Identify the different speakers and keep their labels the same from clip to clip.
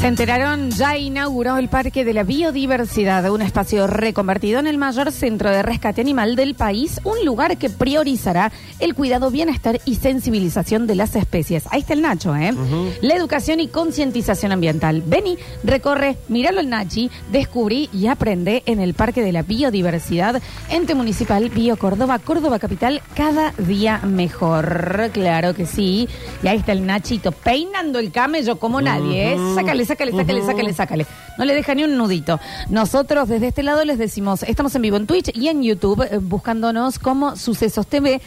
Speaker 1: Se enteraron, ya inauguró el Parque de la Biodiversidad, un espacio reconvertido en el mayor centro de rescate animal del país, un lugar que priorizará el cuidado, bienestar y sensibilización de las especies. Ahí está el Nacho, ¿eh? La educación y concientización ambiental. Vení, recorre, míralo el Nachi, descubrí y aprende en el Parque de la Biodiversidad, ente municipal Bio Córdoba, Córdoba Capital, cada día mejor. Claro que sí. Y ahí está el Nachito peinando el camello como nadie, ¿eh? Sácale, sácale, sácale, sácale, sácale. No le deja ni un nudito. Nosotros desde este lado les decimos, estamos en vivo en Twitch y en YouTube, eh, buscándonos como Sucesos TV.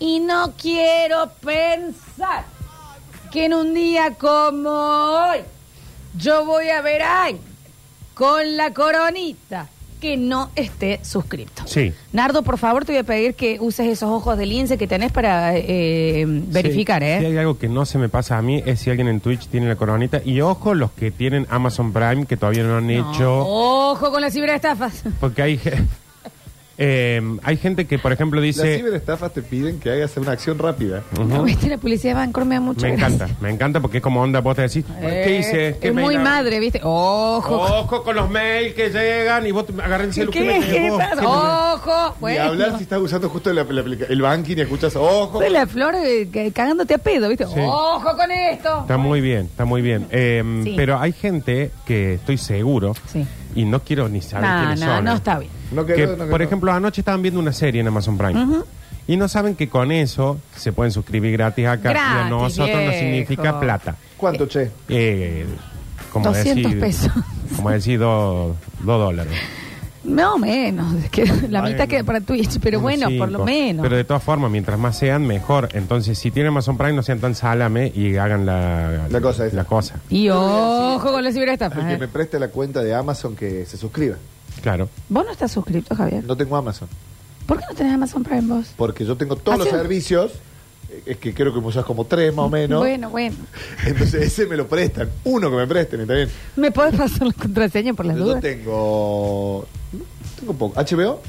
Speaker 1: Y no quiero pensar que en un día como hoy yo voy a ver a alguien con la coronita que no esté suscrito.
Speaker 2: Sí.
Speaker 1: Nardo, por favor, te voy a pedir que uses esos ojos de lince que tenés para eh, verificar,
Speaker 2: Sí,
Speaker 1: ¿eh?
Speaker 2: Si hay algo que no se me pasa a mí es si alguien en Twitch tiene la coronita. Y ojo, los que tienen Amazon Prime que todavía no han
Speaker 1: No,
Speaker 2: hecho.
Speaker 1: Ojo con las ciberestafas.
Speaker 2: Porque hay, ge- eh, hay gente que, por ejemplo,
Speaker 3: Las
Speaker 2: dice.
Speaker 3: ciberestafas te piden que hagas una acción rápida.
Speaker 1: No, viste, la policía de Bancor me da mucho
Speaker 2: Me
Speaker 1: gracia.
Speaker 2: encanta, me encanta porque es como onda, vos te decís,
Speaker 1: Eh,
Speaker 2: ¿qué hice? ¿Qué
Speaker 1: es muy
Speaker 2: mail?
Speaker 1: madre, viste. Ojo.
Speaker 2: Ojo con los mails que llegan y vos te- agarrá el
Speaker 1: ¿Qué,
Speaker 2: celular. que me
Speaker 1: qué
Speaker 2: llegó.
Speaker 1: pasa? Oh,
Speaker 2: ¿Qué me-
Speaker 1: Ojo.
Speaker 3: Y
Speaker 1: Bueno.
Speaker 3: hablar si estás usando justo la- la aplica- el banking y escuchas, ojo.
Speaker 1: Soy la flor eh, que- cagándote a pedo, viste.
Speaker 2: Sí.
Speaker 1: Ojo con esto.
Speaker 2: Está muy bien, está muy bien. Eh,
Speaker 1: Sí.
Speaker 2: Pero hay gente que estoy seguro
Speaker 1: Sí.
Speaker 2: y no quiero ni saber
Speaker 1: No,
Speaker 2: quiénes
Speaker 1: no,
Speaker 2: son.
Speaker 1: no
Speaker 2: eh.
Speaker 1: está bien.
Speaker 3: No
Speaker 2: Que,
Speaker 3: quedó, no
Speaker 2: por
Speaker 3: quedó.
Speaker 2: ejemplo, anoche estaban viendo una serie en Amazon Prime. Y no saben que con eso se pueden suscribir gratis acá. y a
Speaker 1: Gratis,
Speaker 2: nosotros nos
Speaker 1: viejo.
Speaker 2: significa plata.
Speaker 3: ¿Cuánto, che?
Speaker 2: Eh, como
Speaker 1: 200
Speaker 2: decir,
Speaker 1: pesos.
Speaker 2: Como decir, dos dos dólares.
Speaker 1: No menos. es que la mitad
Speaker 2: Bueno.
Speaker 1: queda para Twitch, pero
Speaker 2: Unos
Speaker 1: bueno, por lo
Speaker 2: cinco.
Speaker 1: menos.
Speaker 2: Pero de todas formas, mientras más sean, mejor. Entonces, si tienen Amazon Prime, no sean tan salame y hagan la,
Speaker 3: La cosa esa.
Speaker 2: La cosa.
Speaker 1: Y ojo con las
Speaker 3: El
Speaker 1: ciberestafas.
Speaker 3: que
Speaker 1: eh.
Speaker 3: me preste la cuenta de Amazon que se suscriba.
Speaker 2: Claro.
Speaker 1: Vos no estás suscrito, Javier.
Speaker 3: No tengo Amazon.
Speaker 1: ¿Por qué no tenés Amazon Prime vos?
Speaker 3: Porque yo tengo todos los
Speaker 1: Hace-
Speaker 3: servicios. eh, Es que creo que me usás como tres más o menos.
Speaker 1: Bueno, bueno.
Speaker 3: Entonces ese me lo prestan. Uno que me presten, está bien.
Speaker 1: ¿Me podés pasar la contraseña por las
Speaker 3: Yo
Speaker 1: dudas?
Speaker 3: tengo. Tengo poco. ¿HBO?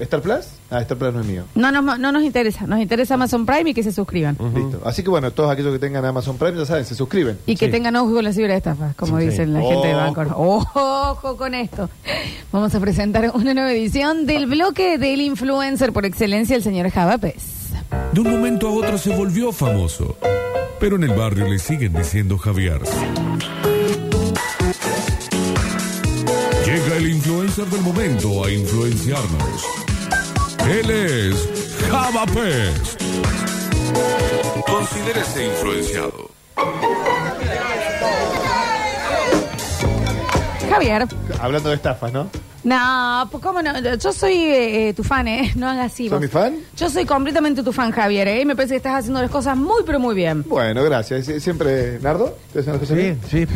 Speaker 3: ¿Star Plus? Ah, Star Plus no es mío.
Speaker 1: No, no, no nos interesa. Nos interesa Amazon Prime y que se suscriban.
Speaker 3: Listo. Así que bueno, todos aquellos que tengan Amazon Prime ya saben, se suscriben.
Speaker 1: Y que
Speaker 2: Sí.
Speaker 1: tengan ojo con las ciberestafas, como
Speaker 2: Sí.
Speaker 1: dicen la
Speaker 3: Ojo.
Speaker 1: gente de Bancor. Ojo con esto. Vamos a presentar una nueva edición del bloque del influencer por excelencia, el señor Java Pérez.
Speaker 4: De un momento a otro se volvió famoso. Pero en el barrio le siguen diciendo Javier. Llega el influencer del momento a influenciarnos. Él es Java Pez. Considérese influenciado.
Speaker 1: Javier.
Speaker 3: Hablando de estafas, ¿no?
Speaker 1: No, pues cómo no. Yo soy eh, eh, tu fan, ¿eh? No hagas así.
Speaker 3: ¿Sos
Speaker 1: vos.
Speaker 3: mi fan?
Speaker 1: Yo soy completamente tu fan, Javier, ¿eh? Y me parece que estás haciendo las cosas muy, pero muy bien.
Speaker 3: Bueno, gracias. Sie- Siempre, Nardo, ¿te hacen las cosas
Speaker 2: Sí,
Speaker 3: bien?
Speaker 2: sí.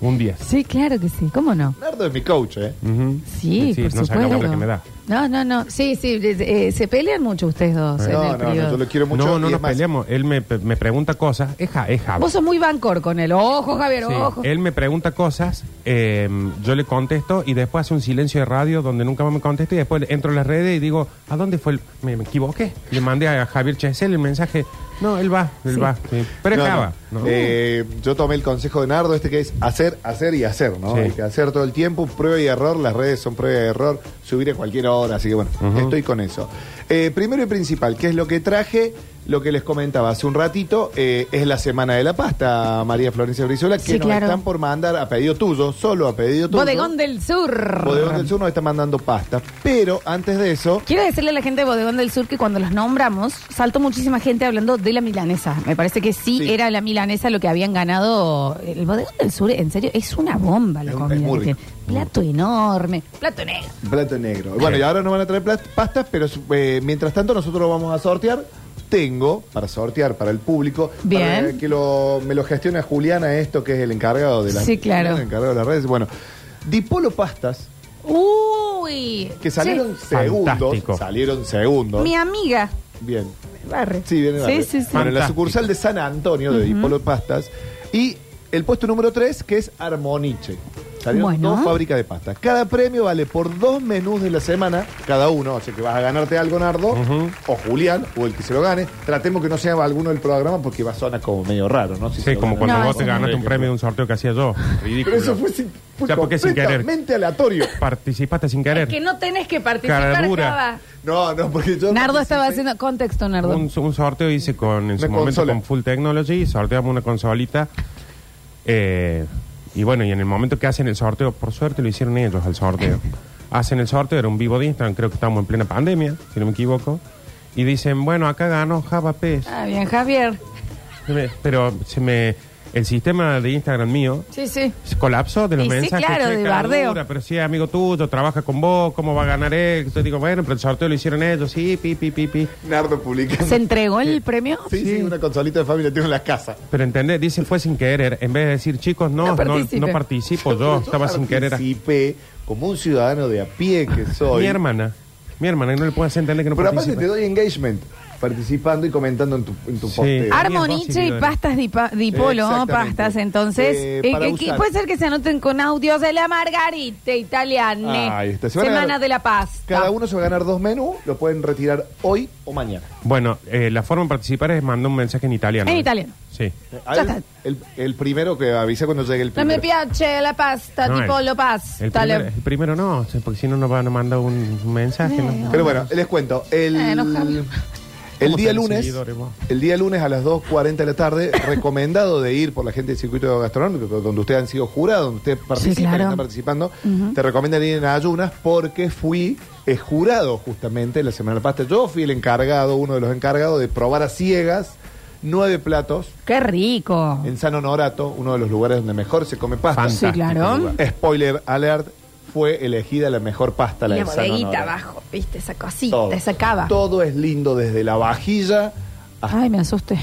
Speaker 2: Un 10.
Speaker 1: Sí, claro que sí. ¿Cómo no?
Speaker 3: Nardo es mi coach, ¿eh?
Speaker 2: Ujú.
Speaker 1: Sí,
Speaker 2: Sí,
Speaker 1: por
Speaker 2: no saca la
Speaker 1: supuesto.
Speaker 2: bola que me da.
Speaker 1: No, no, no. Sí, sí. eh, eh, se pelean mucho ustedes dos en el
Speaker 3: No, no, no,
Speaker 1: periodo.
Speaker 3: yo lo quiero mucho.
Speaker 2: no, no
Speaker 3: y es
Speaker 2: nos
Speaker 3: más,
Speaker 2: peleamos. Él me, pe- me pregunta cosas. Es, ja- es Java.
Speaker 1: Vos sos muy bancor con él. Ojo, Javier,
Speaker 2: Sí,
Speaker 1: ojo.
Speaker 2: Él me pregunta cosas, eh, yo le contesto y después hace un silencio de radio donde nunca más me contesta y después entro a las redes y digo, ¿a dónde fue? El... Me, me equivoqué. Le mandé a Javier Chesel el mensaje, no, él va, él
Speaker 1: Sí.
Speaker 2: va. sí. Pero es
Speaker 3: no, no.
Speaker 2: Java. ¿no?
Speaker 3: Eh, yo tomé el consejo de Nardo, este que es hacer, hacer y hacer, ¿no?
Speaker 2: Sí.
Speaker 3: Hay que hacer todo el tiempo, prueba y error, las redes son prueba y error, subir a cualquier hora, así que bueno, estoy con eso. Eh, primero y principal, ¿qué es lo que traje? Lo que les comentaba hace un ratito eh, es la semana de la pasta, María Florencia Brizuela, que
Speaker 1: Sí,
Speaker 3: nos
Speaker 1: claro.
Speaker 3: están por mandar a pedido tuyo, solo a pedido tuyo.
Speaker 1: Bodegón del Sur.
Speaker 3: Bodegón del Sur nos está mandando pasta. Pero antes de eso,
Speaker 1: Quiero decirle a la gente de Bodegón del Sur que cuando los nombramos, saltó muchísima gente hablando de la milanesa. Me parece que sí,
Speaker 3: Sí.
Speaker 1: era la milanesa lo que habían ganado. El Bodegón del Sur, en serio, es una bomba la
Speaker 3: Es-
Speaker 1: comida.
Speaker 3: es muy
Speaker 1: que tiene.
Speaker 3: rico. Mm.
Speaker 1: Plato enorme, plato negro.
Speaker 3: plato negro. Bueno, y ahora nos van a traer plas- pastas, pero eh, mientras tanto nosotros lo vamos a sortear. Tengo para sortear para el público. para
Speaker 1: Bien.
Speaker 3: que lo, me lo gestiona Juliana, esto que es el encargado de las
Speaker 1: Sí, claro.
Speaker 3: El encargado de las redes. Bueno, Dipolo Pastas,
Speaker 1: Uy.
Speaker 3: que salieron segundos.
Speaker 2: Fantástico.
Speaker 3: Salieron
Speaker 1: Sí.
Speaker 3: segundos.
Speaker 1: Mi amiga.
Speaker 3: Bien.
Speaker 1: Barre.
Speaker 3: Sí, bien.
Speaker 1: Sí,
Speaker 3: vale.
Speaker 1: sí, sí.
Speaker 3: Bueno, en la
Speaker 2: Fantástico.
Speaker 3: sucursal de San Antonio de Dipolo Pastas. Y el puesto número 3, que es Armoniche. Salieron
Speaker 1: Bueno.
Speaker 3: dos fábricas de pasta. Cada premio vale por dos menús de la semana, cada uno. O sea que vas a ganarte algo, Nardo, o Julián, o el que se lo gane. Tratemos que no sea alguno del programa porque va a sonar como medio raro, ¿no? Si se
Speaker 2: Sí,
Speaker 3: lo
Speaker 2: como
Speaker 3: ganan.
Speaker 2: cuando
Speaker 1: No,
Speaker 2: vos
Speaker 1: sí.
Speaker 2: te ganaste un premio de un sorteo que hacía yo. Ridículo.
Speaker 3: Pero eso fue, sin, fue
Speaker 2: O sea, porque sin querer.
Speaker 3: completamente aleatorio.
Speaker 2: Participaste sin querer.
Speaker 1: Es que no tenés que participar,
Speaker 2: Caradura.
Speaker 1: Java.
Speaker 3: No, no, porque yo...
Speaker 1: Nardo estaba
Speaker 3: participé.
Speaker 1: haciendo contexto, Nardo.
Speaker 2: Un, un sorteo hice con, en su
Speaker 3: Una
Speaker 2: momento
Speaker 3: consola.
Speaker 2: con Full Technology, y sorteamos una consolita. eh, y bueno, y en el momento que hacen el sorteo, por suerte lo hicieron ellos al sorteo. Hacen el sorteo, era un vivo de Instagram, creo que estamos en plena pandemia, si no me equivoco. Y dicen, bueno, acá ganó Java Pez.
Speaker 1: Ah, bien, Javier.
Speaker 2: Pero se me. El sistema de Instagram mío
Speaker 1: Sí, sí.
Speaker 2: se colapsó de los
Speaker 1: Y sí,
Speaker 2: mensajes.
Speaker 1: claro,
Speaker 2: che,
Speaker 1: de
Speaker 2: cara
Speaker 1: bardeo.
Speaker 2: dura, pero sí, amigo tuyo, trabaja con vos, ¿cómo va a ganar él? Yo digo, bueno, pero el sorteo lo hicieron ellos, sí, pi, pi, pi, pi.
Speaker 3: Nardo publicando.
Speaker 1: ¿Se entregó el premio?
Speaker 3: Sí, sí, una consolita de familia tengo en la casa.
Speaker 2: Pero entendés, dice fue sin querer. En vez de decir, chicos,
Speaker 1: No
Speaker 2: no, no,
Speaker 1: participe.
Speaker 2: Pues no participo, yo estaba sin querer.
Speaker 3: Participé como un ciudadano de a pie que soy.
Speaker 2: Mi hermana, mi hermana, y no le puedes entender que no
Speaker 3: Pero aparte te
Speaker 2: participe.
Speaker 3: doy engagement participando y comentando en tu, en tu
Speaker 2: Sí.
Speaker 3: posteo.
Speaker 2: Ah,
Speaker 1: Armoniche y
Speaker 2: seguidores.
Speaker 1: pastas di, pa- di polo,
Speaker 3: Exactamente.
Speaker 1: pastas, entonces.
Speaker 3: Eh,
Speaker 1: eh,
Speaker 3: para
Speaker 1: que- que
Speaker 3: usar.
Speaker 1: puede ser que se anoten con audios de la margarita italiana.
Speaker 3: Ahí está. Se van a
Speaker 1: Semana
Speaker 3: ganar-
Speaker 1: de la paz.
Speaker 3: Cada uno se va a ganar dos menús, lo pueden retirar hoy o mañana.
Speaker 2: Bueno, eh, la forma de participar es mandar un mensaje en italiano.
Speaker 1: En italiano.
Speaker 2: Sí.
Speaker 1: Ya
Speaker 3: el,
Speaker 1: está.
Speaker 3: el- el primero que avisa cuando llegue el
Speaker 1: No me
Speaker 3: primero.
Speaker 1: piace la pasta
Speaker 2: No,
Speaker 1: di
Speaker 2: el-
Speaker 1: polo pasta.
Speaker 2: El, primer- el primero no, porque si no nos van a mandar un mensaje. ¿no?
Speaker 3: Pero bueno, les cuento. El,
Speaker 1: Eh, no, Javi.
Speaker 3: el
Speaker 2: ¿Cómo
Speaker 3: día
Speaker 2: tenés
Speaker 3: lunes,
Speaker 2: seguidores vos?
Speaker 3: el día lunes a las 2.40 de la tarde, recomendado de ir por la gente del circuito gastronómico, donde ustedes han sido jurados, donde ustedes participan,
Speaker 1: claro.
Speaker 3: están participando, te recomiendan ir en ayunas porque fui eh, jurado justamente la semana pasada. Yo fui el encargado, uno de los encargados de probar a ciegas nueve platos
Speaker 1: Qué rico.
Speaker 3: en San Honorato, uno de los lugares donde mejor se come pasta.
Speaker 1: Sí,
Speaker 2: Fantástico
Speaker 1: claro.
Speaker 2: este lugar.
Speaker 3: Spoiler alert, fue elegida la mejor pasta, la
Speaker 1: la
Speaker 3: de San
Speaker 1: bodeguita
Speaker 3: Honorato.
Speaker 1: abajo, viste, esa cosita,
Speaker 3: Todo.
Speaker 1: esa cava.
Speaker 3: Todo es lindo desde la vajilla hasta,
Speaker 1: Ay, me asusté.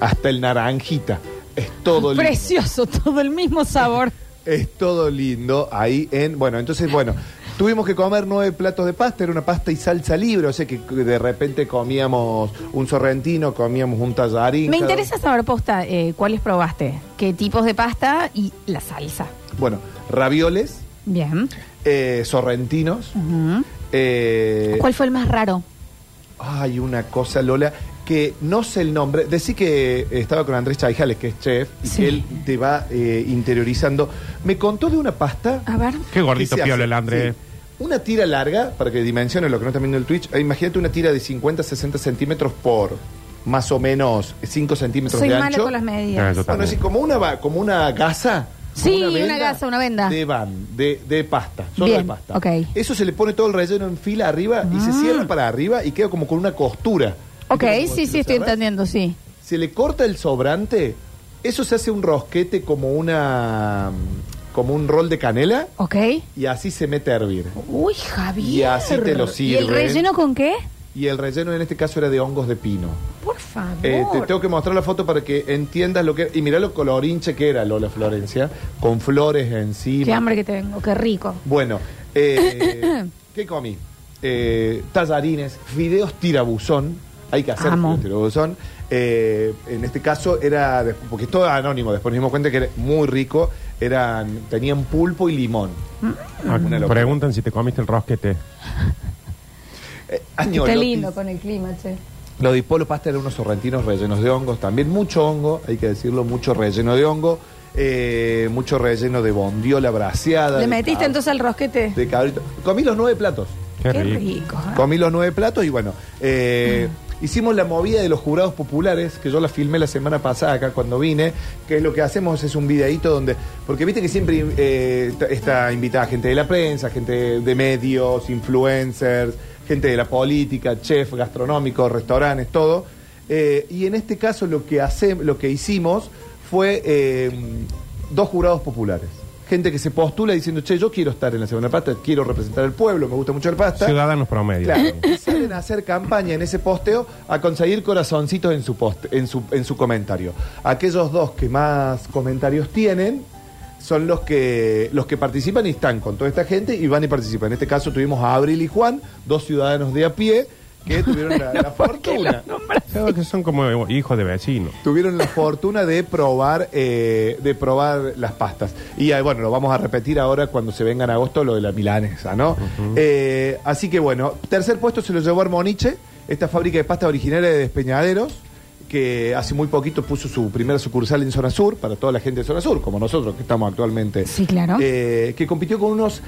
Speaker 3: hasta el naranjita. Es todo lindo.
Speaker 1: Precioso, todo el mismo sabor.
Speaker 3: Es todo lindo ahí en. Bueno, entonces, bueno, tuvimos que comer nueve platos de pasta, era una pasta y salsa libre, o sea que de repente comíamos un sorrentino, comíamos un tallarín.
Speaker 1: Me
Speaker 3: cada-
Speaker 1: interesa saber, posta, eh, cuáles probaste, qué tipos de pasta y la salsa.
Speaker 3: Bueno, ravioles,
Speaker 1: Bien.
Speaker 3: eh, sorrentinos.
Speaker 1: Ujú.
Speaker 3: eh,
Speaker 1: ¿Cuál fue el más raro?
Speaker 3: Hay una cosa, Lola, que no sé el nombre. Decí que eh, estaba con Andrés Chaijales, que es chef, y
Speaker 1: Sí.
Speaker 3: que él te va eh, interiorizando. Me contó de una pasta.
Speaker 1: A ver.
Speaker 2: Qué gordito
Speaker 3: que se
Speaker 2: piola
Speaker 3: hace-
Speaker 2: el André.
Speaker 3: sí. Una tira larga, para que dimensiones lo que no están viendo en el Twitch. eh, imagínate una tira de 50, 60 centímetros por más o menos 5 centímetros
Speaker 1: Soy
Speaker 3: de
Speaker 1: mala
Speaker 3: ancho.
Speaker 1: con las
Speaker 2: Ah,
Speaker 1: medidas.
Speaker 2: yo
Speaker 3: Bueno,
Speaker 2: también.
Speaker 3: así como una, va- como una gasa. como
Speaker 1: Sí, una gasa, una venda.
Speaker 3: De van, de, de pasta, solo
Speaker 1: Bien,
Speaker 3: de pasta.
Speaker 1: ok. Ah.
Speaker 3: Eso se le pone todo el relleno en fila arriba y se cierra para arriba y queda como con una costura.
Speaker 1: Ok,
Speaker 3: ¿Viste
Speaker 1: sí,
Speaker 3: cómo se
Speaker 1: sí,
Speaker 3: lo
Speaker 1: estoy
Speaker 3: cerrás?
Speaker 1: entendiendo, sí.
Speaker 3: Se le corta el sobrante, eso se hace un rosquete como una como un rol de canela
Speaker 1: Ok.
Speaker 3: y así se mete a hervir.
Speaker 1: Uy, Javier.
Speaker 3: Y así te lo
Speaker 1: ¿Y el
Speaker 3: sirven.
Speaker 1: relleno con qué?
Speaker 3: Y el relleno en este caso era de hongos de pino.
Speaker 1: Por favor.
Speaker 3: Eh, te tengo que mostrar la foto para que entiendas lo que... Y mirá lo colorinche que era Lola Florencia, con flores encima.
Speaker 1: Qué hambre que tengo, qué rico.
Speaker 3: Bueno, eh, ¿qué comí? Eh, tallarines, fideos tirabuzón. Hay que hacer
Speaker 1: Amo.
Speaker 3: fideos tirabuzón. Eh, en este caso era, de- porque todo era anónimo, después nos dimos cuenta que era muy rico. Eran, tenían pulpo y limón.
Speaker 2: Ah,
Speaker 3: Una locura.
Speaker 2: preguntan si te comiste el rosquete.
Speaker 3: Eh,
Speaker 1: Qué
Speaker 3: agnolotis.
Speaker 1: lindo con el clima, che.
Speaker 3: Los de Polo Pasta eran unos sorrentinos rellenos de hongos, también mucho hongo, hay que decirlo, mucho relleno de hongo, eh, mucho relleno de bondiola braseada.
Speaker 1: ¿Le
Speaker 3: de
Speaker 1: metiste
Speaker 3: cab-
Speaker 1: entonces al rosquete?
Speaker 3: De cabrito. Comí los nueve platos.
Speaker 2: Qué,
Speaker 1: Qué
Speaker 2: rico.
Speaker 1: rico. ah.
Speaker 3: Comí los nueve platos y bueno, eh, hicimos la movida de los jurados populares, que yo la filmé la semana pasada acá cuando vine, que es lo que hacemos, es un videíto donde, porque viste que siempre eh, está- está invitada gente de la prensa, gente de medios, influencers, gente de la política, chef, gastronómicos, restaurantes, todo. Eh, y en este caso lo que, hace- lo que hicimos fue eh, dos jurados populares. Gente que se postula diciendo, che, yo quiero estar en la Semana de la Pasta, quiero representar al pueblo, me gusta mucho el pasta.
Speaker 2: Ciudadanos promedio.
Speaker 3: Claro, y salen a hacer campaña en ese posteo a conseguir corazoncitos en su, post, en su, en su comentario. Aquellos dos que más comentarios tienen son los que, los que participan y están con toda esta gente y van y participan. En este caso tuvimos a Abril y Juan, dos ciudadanos de a pie que tuvieron la, la
Speaker 1: ¿Por qué
Speaker 3: fortuna.
Speaker 1: lo nombras
Speaker 2: Sabes que son como hijos de vecinos.
Speaker 3: Tuvieron la fortuna de probar, eh, de probar las pastas. Y eh, bueno, lo vamos a repetir ahora cuando se venga en agosto lo de la milanesa, ¿no? Eh, así que bueno, tercer puesto se lo llevó Armoniche, esta fábrica de pasta originaria de Despeñaderos, que hace muy poquito puso su primera sucursal en Zona Sur, para toda la gente de Zona Sur, como nosotros que estamos actualmente.
Speaker 1: Sí, claro.
Speaker 3: Eh, que compitió con unos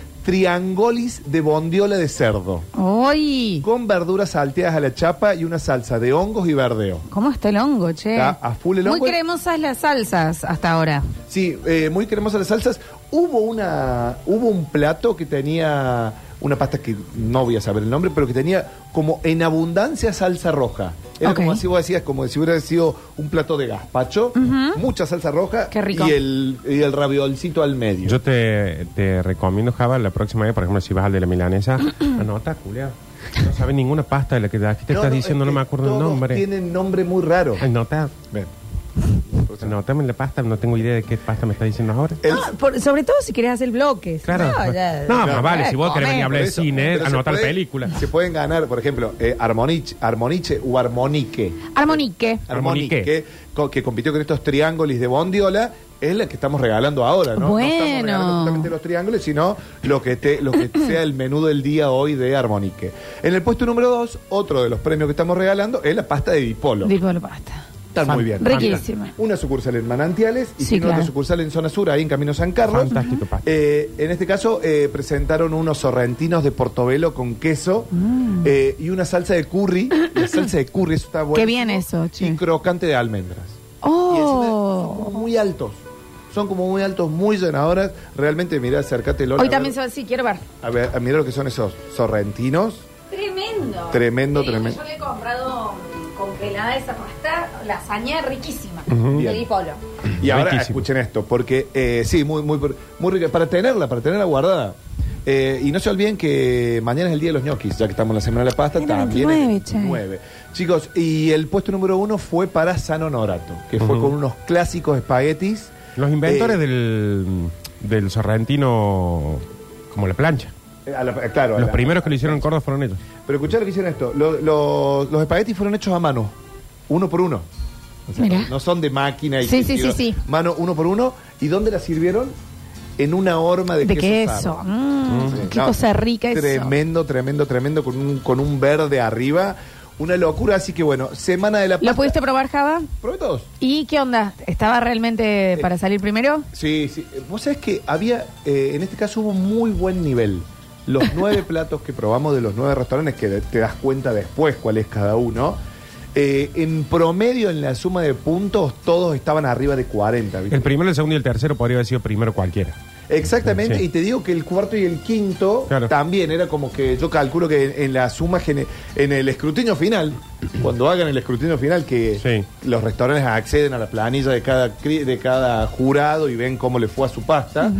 Speaker 3: triangolis de bondiola de cerdo,
Speaker 1: ¡Uy!
Speaker 3: con verduras salteadas a la chapa y una salsa de hongos y verdeo.
Speaker 1: ¿Cómo está el hongo, che?
Speaker 3: Está a full el hongo.
Speaker 1: Muy cremosas las salsas hasta ahora.
Speaker 3: Sí, eh, muy cremosas las salsas. Hubo una, hubo un plato que tenía una pasta que no voy a saber el nombre, pero que tenía como en abundancia salsa roja. Era
Speaker 1: Ok.
Speaker 3: como así vos decías, como si hubiera sido un plato de gazpacho, mucha salsa roja
Speaker 1: Qué rico.
Speaker 3: y el y el raviolcito al medio.
Speaker 2: Yo te, te recomiendo, Java, la próxima vez, por ejemplo, si vas al de la milanesa, anota, culia. No sabes ninguna pasta de la que aquí te
Speaker 3: No,
Speaker 2: estás
Speaker 3: no,
Speaker 2: diciendo,
Speaker 3: es
Speaker 2: no
Speaker 3: que
Speaker 2: me acuerdo el
Speaker 3: todos
Speaker 2: nombre.
Speaker 3: Tienen nombre muy raro.
Speaker 2: Anota,
Speaker 3: Ven.
Speaker 2: anotame la pasta, no tengo idea de qué pasta me estás diciendo ahora.
Speaker 3: El-
Speaker 1: Ah,
Speaker 5: No, por- sobre todo si querés hacer bloques.
Speaker 2: Claro.
Speaker 5: No,
Speaker 2: No,
Speaker 5: ya-
Speaker 2: más
Speaker 1: eh,
Speaker 2: vale, si vos querés
Speaker 5: come.
Speaker 2: venir a hablar de
Speaker 3: Eso,
Speaker 2: cine,
Speaker 3: pero se
Speaker 2: anotar
Speaker 3: puede-
Speaker 2: películas.
Speaker 3: Se pueden ganar, por ejemplo, eh, Armonich- Armoniche o Armonique.
Speaker 1: Armonique.
Speaker 3: Armonique,
Speaker 2: Armonique.
Speaker 3: que, co- que compitió con estos triángulos de Bondiola, es la que estamos regalando ahora, ¿no? No estamos
Speaker 1: Bueno.
Speaker 3: regalando justamente los triángulos, sino lo que, te- lo que sea el menú del día hoy de Armonique. En el puesto número 2, otro de los premios que estamos regalando es la pasta de Dipolo.
Speaker 1: Digo la pasta.
Speaker 3: Está muy bien.
Speaker 1: Riquísima.
Speaker 3: Una sucursal en Manantiales y
Speaker 1: Sí,
Speaker 3: tiene
Speaker 1: claro.
Speaker 3: otra sucursal en Zona Sur, ahí en Camino San Carlos.
Speaker 2: Fantástico, pasta.
Speaker 3: Eh, en este caso eh, presentaron unos sorrentinos de portobelo con queso
Speaker 1: Mm.
Speaker 3: eh, y una salsa de curry. La salsa de curry, eso está bueno.
Speaker 1: bien eso, che.
Speaker 3: Y crocante de almendras. Y encima son
Speaker 1: ¡Oh!
Speaker 3: como muy altos. Son como muy altos, muy llenadoras. Realmente, mirá, acércate, Lola.
Speaker 1: Hoy
Speaker 3: a
Speaker 1: también se
Speaker 3: ver,
Speaker 1: va, sí, quiero ver.
Speaker 3: A ver, a- mirá lo que son esos sorrentinos.
Speaker 1: Tremendo.
Speaker 3: Tremendo,
Speaker 1: Te digo,
Speaker 3: tremendo.
Speaker 1: Yo le he comprado mm, congelada esa pasta, lasaña riquísima.
Speaker 3: Bien.
Speaker 1: De Dipolo.
Speaker 3: Y ahora
Speaker 2: Riquísimo.
Speaker 3: escuchen esto, porque eh, sí, muy, muy, muy rica. Para tenerla, para tenerla guardada. Eh, y no se olviden que mañana es el día de los ñoquis, ya que estamos en la semana de la pasta,
Speaker 5: Era
Speaker 3: también es
Speaker 5: 29, che.
Speaker 3: 29. Chicos, y el puesto número uno fue para San Honorato, que fue con unos clásicos espaguetis.
Speaker 2: Los inventores
Speaker 3: Eh,
Speaker 2: del, del sorrentino como la plancha.
Speaker 3: eh, a la- eh, claro, a
Speaker 2: Los
Speaker 3: la-
Speaker 2: primeros que lo hicieron en Córdoba fueron ellos.
Speaker 3: Pero escuchá lo que hicieron esto. Lo- lo- los espaguetis fueron hechos a mano, uno por uno. O sea,
Speaker 1: Mirá.
Speaker 3: No son de máquina y
Speaker 1: Sí,
Speaker 3: que
Speaker 1: sí,
Speaker 3: hicieron
Speaker 1: sí, sí.
Speaker 3: Mano uno por uno. ¿Y dónde la sirvieron? En una horma de,
Speaker 1: De
Speaker 3: queso
Speaker 1: queso.
Speaker 3: sardo.
Speaker 1: Mm,
Speaker 3: Sí.
Speaker 1: Qué
Speaker 3: No,
Speaker 1: cosa rica eso.
Speaker 3: Tremendo, tremendo, tremendo, con un, con un verde arriba. Una locura, así que bueno, semana de la
Speaker 1: ¿Lo
Speaker 3: pasta.
Speaker 1: pudiste probar, Java?
Speaker 3: ¿Probé todos?
Speaker 1: ¿Y qué onda? ¿Estaba realmente para salir primero?
Speaker 3: Sí, sí. Vos sabés que había, eh, en este caso hubo muy buen nivel. Los nueve platos que probamos de los nueve restaurantes, que te das cuenta después cuál es cada uno, eh, en promedio en la suma de puntos todos estaban arriba de 40. ¿viste?
Speaker 2: El primero, el segundo y el tercero podría haber sido primero cualquiera.
Speaker 3: Exactamente,
Speaker 2: Sí.
Speaker 3: y te digo que el cuarto y el quinto
Speaker 2: Claro.
Speaker 3: también era como que yo calculo que en, en la suma, gene- en el escrutinio final, cuando hagan el escrutinio final, que
Speaker 2: Sí.
Speaker 3: los restaurantes acceden a la planilla de cada, cri- de cada jurado y ven cómo le fue a su pasta,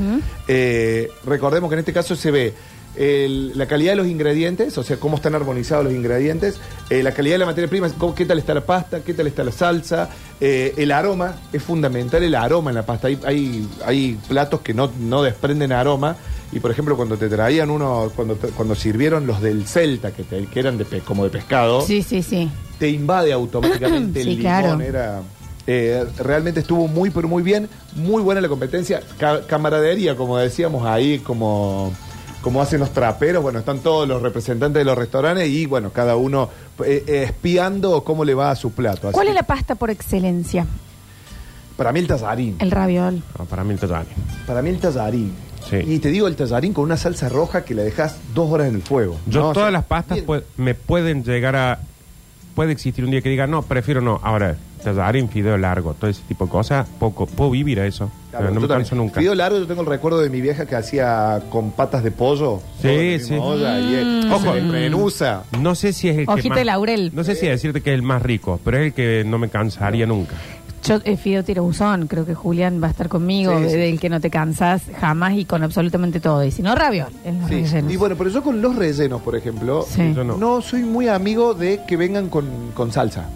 Speaker 3: eh, recordemos que en este caso se ve. el- la calidad de los ingredientes, o sea, cómo están armonizados los ingredientes, eh, la calidad de la materia prima, cómo- qué tal está la pasta, qué tal está la salsa, eh, el aroma, es fundamental el aroma en la pasta. Hay, hay, hay platos que no, no desprenden aroma. Y por ejemplo, cuando te traían uno, cuando, te- cuando sirvieron los del Celta, que, te- que eran de, pe- como de pescado,
Speaker 1: Sí, sí, sí.
Speaker 3: te invade automáticamente el
Speaker 1: Sí,
Speaker 3: limón.
Speaker 1: claro.
Speaker 3: Era, eh, realmente estuvo muy, pero muy bien. Muy buena la competencia. Ca- camaradería, como decíamos ahí, como, como hacen los traperos. Bueno, están todos los representantes de los restaurantes y, bueno, cada uno eh, eh, espiando cómo le va a su plato. Así
Speaker 1: ¿Cuál
Speaker 3: que
Speaker 1: es la pasta por excelencia?
Speaker 3: Para mí el tallarín.
Speaker 1: El raviol.
Speaker 2: No, para mí el total.
Speaker 3: Para mí el tallarín.
Speaker 2: Sí.
Speaker 3: Y te digo el tallarín con una salsa roja que la dejas dos horas en el fuego.
Speaker 2: Yo
Speaker 3: No, o
Speaker 2: todas
Speaker 3: sea,
Speaker 2: las pastas
Speaker 3: bien.
Speaker 2: pue- me pueden llegar a... Puede existir un día que diga, no, prefiero no. Ahora, tallarín, fideo largo, todo ese tipo de cosas, poco, puedo vivir a eso.
Speaker 3: Claro,
Speaker 2: no
Speaker 3: yo
Speaker 2: me
Speaker 3: también.
Speaker 2: canso nunca.
Speaker 3: Fideo largo, yo tengo el recuerdo de mi vieja que hacía con patas de pollo.
Speaker 2: Sí,
Speaker 3: todo en la misma
Speaker 2: sí.
Speaker 3: olla, y,
Speaker 1: Mm.
Speaker 3: eh,
Speaker 2: Ojo.
Speaker 3: se desmenuza.
Speaker 2: No sé si es el que
Speaker 1: Hojita
Speaker 2: más-
Speaker 1: de laurel.
Speaker 2: No sé si decirte que es el más rico, pero es el que no me cansaría nunca.
Speaker 1: Yo eh, Fido Tirabuzón, creo que Julián va a estar conmigo,
Speaker 3: Sí, sí.
Speaker 1: del que no te cansas jamás y con absolutamente todo. Y si no, raviol. en los
Speaker 3: Sí.
Speaker 1: rellenos.
Speaker 3: Y bueno, pero yo con los rellenos, por ejemplo,
Speaker 1: Sí.
Speaker 2: Yo
Speaker 3: no.
Speaker 2: no.
Speaker 3: soy muy amigo de que vengan con, con salsa.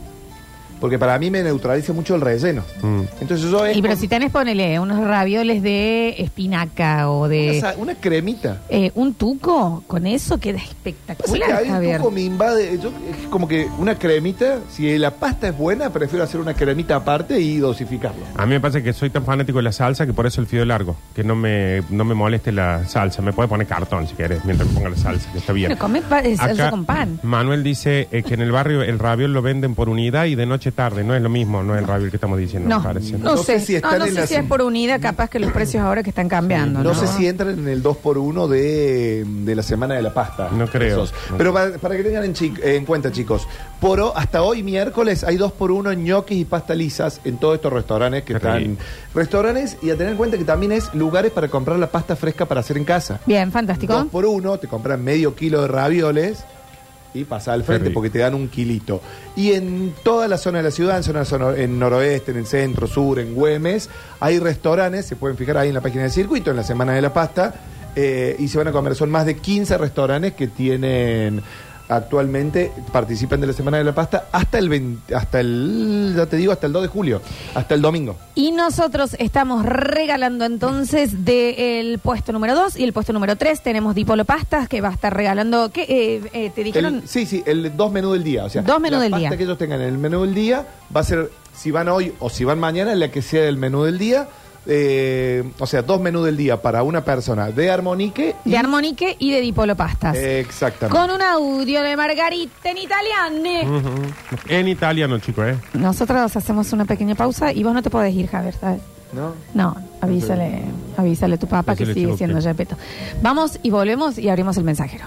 Speaker 3: porque para mí me neutraliza mucho el relleno.
Speaker 2: Mm.
Speaker 3: Entonces yo es
Speaker 1: Y pero
Speaker 3: como
Speaker 1: si tenés, ponele unos ravioles de espinaca o
Speaker 3: una,
Speaker 1: de
Speaker 3: sa- una cremita.
Speaker 1: eh, un tuco, con eso queda
Speaker 3: Pasa que
Speaker 1: espectacular,
Speaker 3: ahí el
Speaker 1: Pues Javier.
Speaker 3: tuco me invade, yo, es como que una cremita, si la pasta es buena, prefiero hacer una cremita aparte y dosificarlo.
Speaker 2: A mí me pasa que soy tan fanático de la salsa que por eso el fideo largo, que no me, no me moleste la salsa. Me puede poner cartón si querés, mientras me ponga la salsa, que está bien.
Speaker 1: Pero come pa- eh, salsa
Speaker 2: Acá,
Speaker 1: con pan.
Speaker 2: Manuel dice eh, que en el barrio el raviol lo venden por unidad y de noche tarde. No es lo mismo, no es el raviol que estamos diciendo,
Speaker 1: No,
Speaker 2: me parece.
Speaker 1: no
Speaker 3: No
Speaker 1: sé,
Speaker 3: sé si
Speaker 1: No,
Speaker 3: están
Speaker 1: no
Speaker 3: en
Speaker 1: sé
Speaker 3: las-
Speaker 1: si es por unidad, capaz que los precios ahora que están cambiando.
Speaker 3: No,
Speaker 1: No,
Speaker 3: sé si entran en el 2x1 de, de la semana de la pasta.
Speaker 2: No creo.
Speaker 3: Esos.
Speaker 2: No.
Speaker 3: Pero para, para que tengan en, chi- en cuenta, chicos, por, ho- hasta hoy miércoles hay 2x1 en ñoquis y pasta lisas en todos estos restaurantes que
Speaker 2: Qué
Speaker 3: están.
Speaker 2: rico.
Speaker 3: Restaurantes y a tener en cuenta que también es lugares para comprar la pasta fresca para hacer en casa.
Speaker 1: Bien, fantástico.
Speaker 3: 2x1, te compran medio kilo de ravioles. Y pasa al frente
Speaker 2: rico.
Speaker 3: porque te dan un kilito. Y en toda la zona de la ciudad, en zona, zona- en noroeste, en el centro, sur, en Güemes, hay restaurantes, se pueden fijar ahí en la página del circuito, en la Semana de la Pasta, eh, y se van a comer. Son más de 15 restaurantes que tienen actualmente, participan de la Semana de la Pasta hasta el 20 hasta el, ya te digo, hasta el 2 de julio, hasta el domingo.
Speaker 1: Y nosotros estamos regalando entonces del puesto número 2 y el puesto número 3 tenemos Dipolo Pastas que va a estar regalando, ¿qué? Eh, eh, ¿Te dijeron?
Speaker 3: El- sí, sí, el dos menú del día. O sea,
Speaker 1: Dos menú
Speaker 3: la
Speaker 1: del
Speaker 3: pasta
Speaker 1: día.
Speaker 3: que ellos tengan en el menú del día va a ser, si van hoy o si van mañana, la que sea el menú del día. eh, o sea, dos menú del día para una persona de armonique. y- eh,
Speaker 1: De Armonique y de Dipolo Pastas.
Speaker 3: Exactamente.
Speaker 1: Con un audio de Margarita en italiano.
Speaker 2: Ujú. En italiano, chico, ¿eh?
Speaker 1: Nosotros hacemos una pequeña pausa y vos no te podés ir, Javier, ¿sabes?
Speaker 3: ¿No?
Speaker 1: No, avísale, avísale a tu papá que
Speaker 2: Decile,
Speaker 1: sigue
Speaker 2: chau,
Speaker 1: siendo
Speaker 2: que-
Speaker 1: Gepetto. Vamos y volvemos y abrimos el mensajero.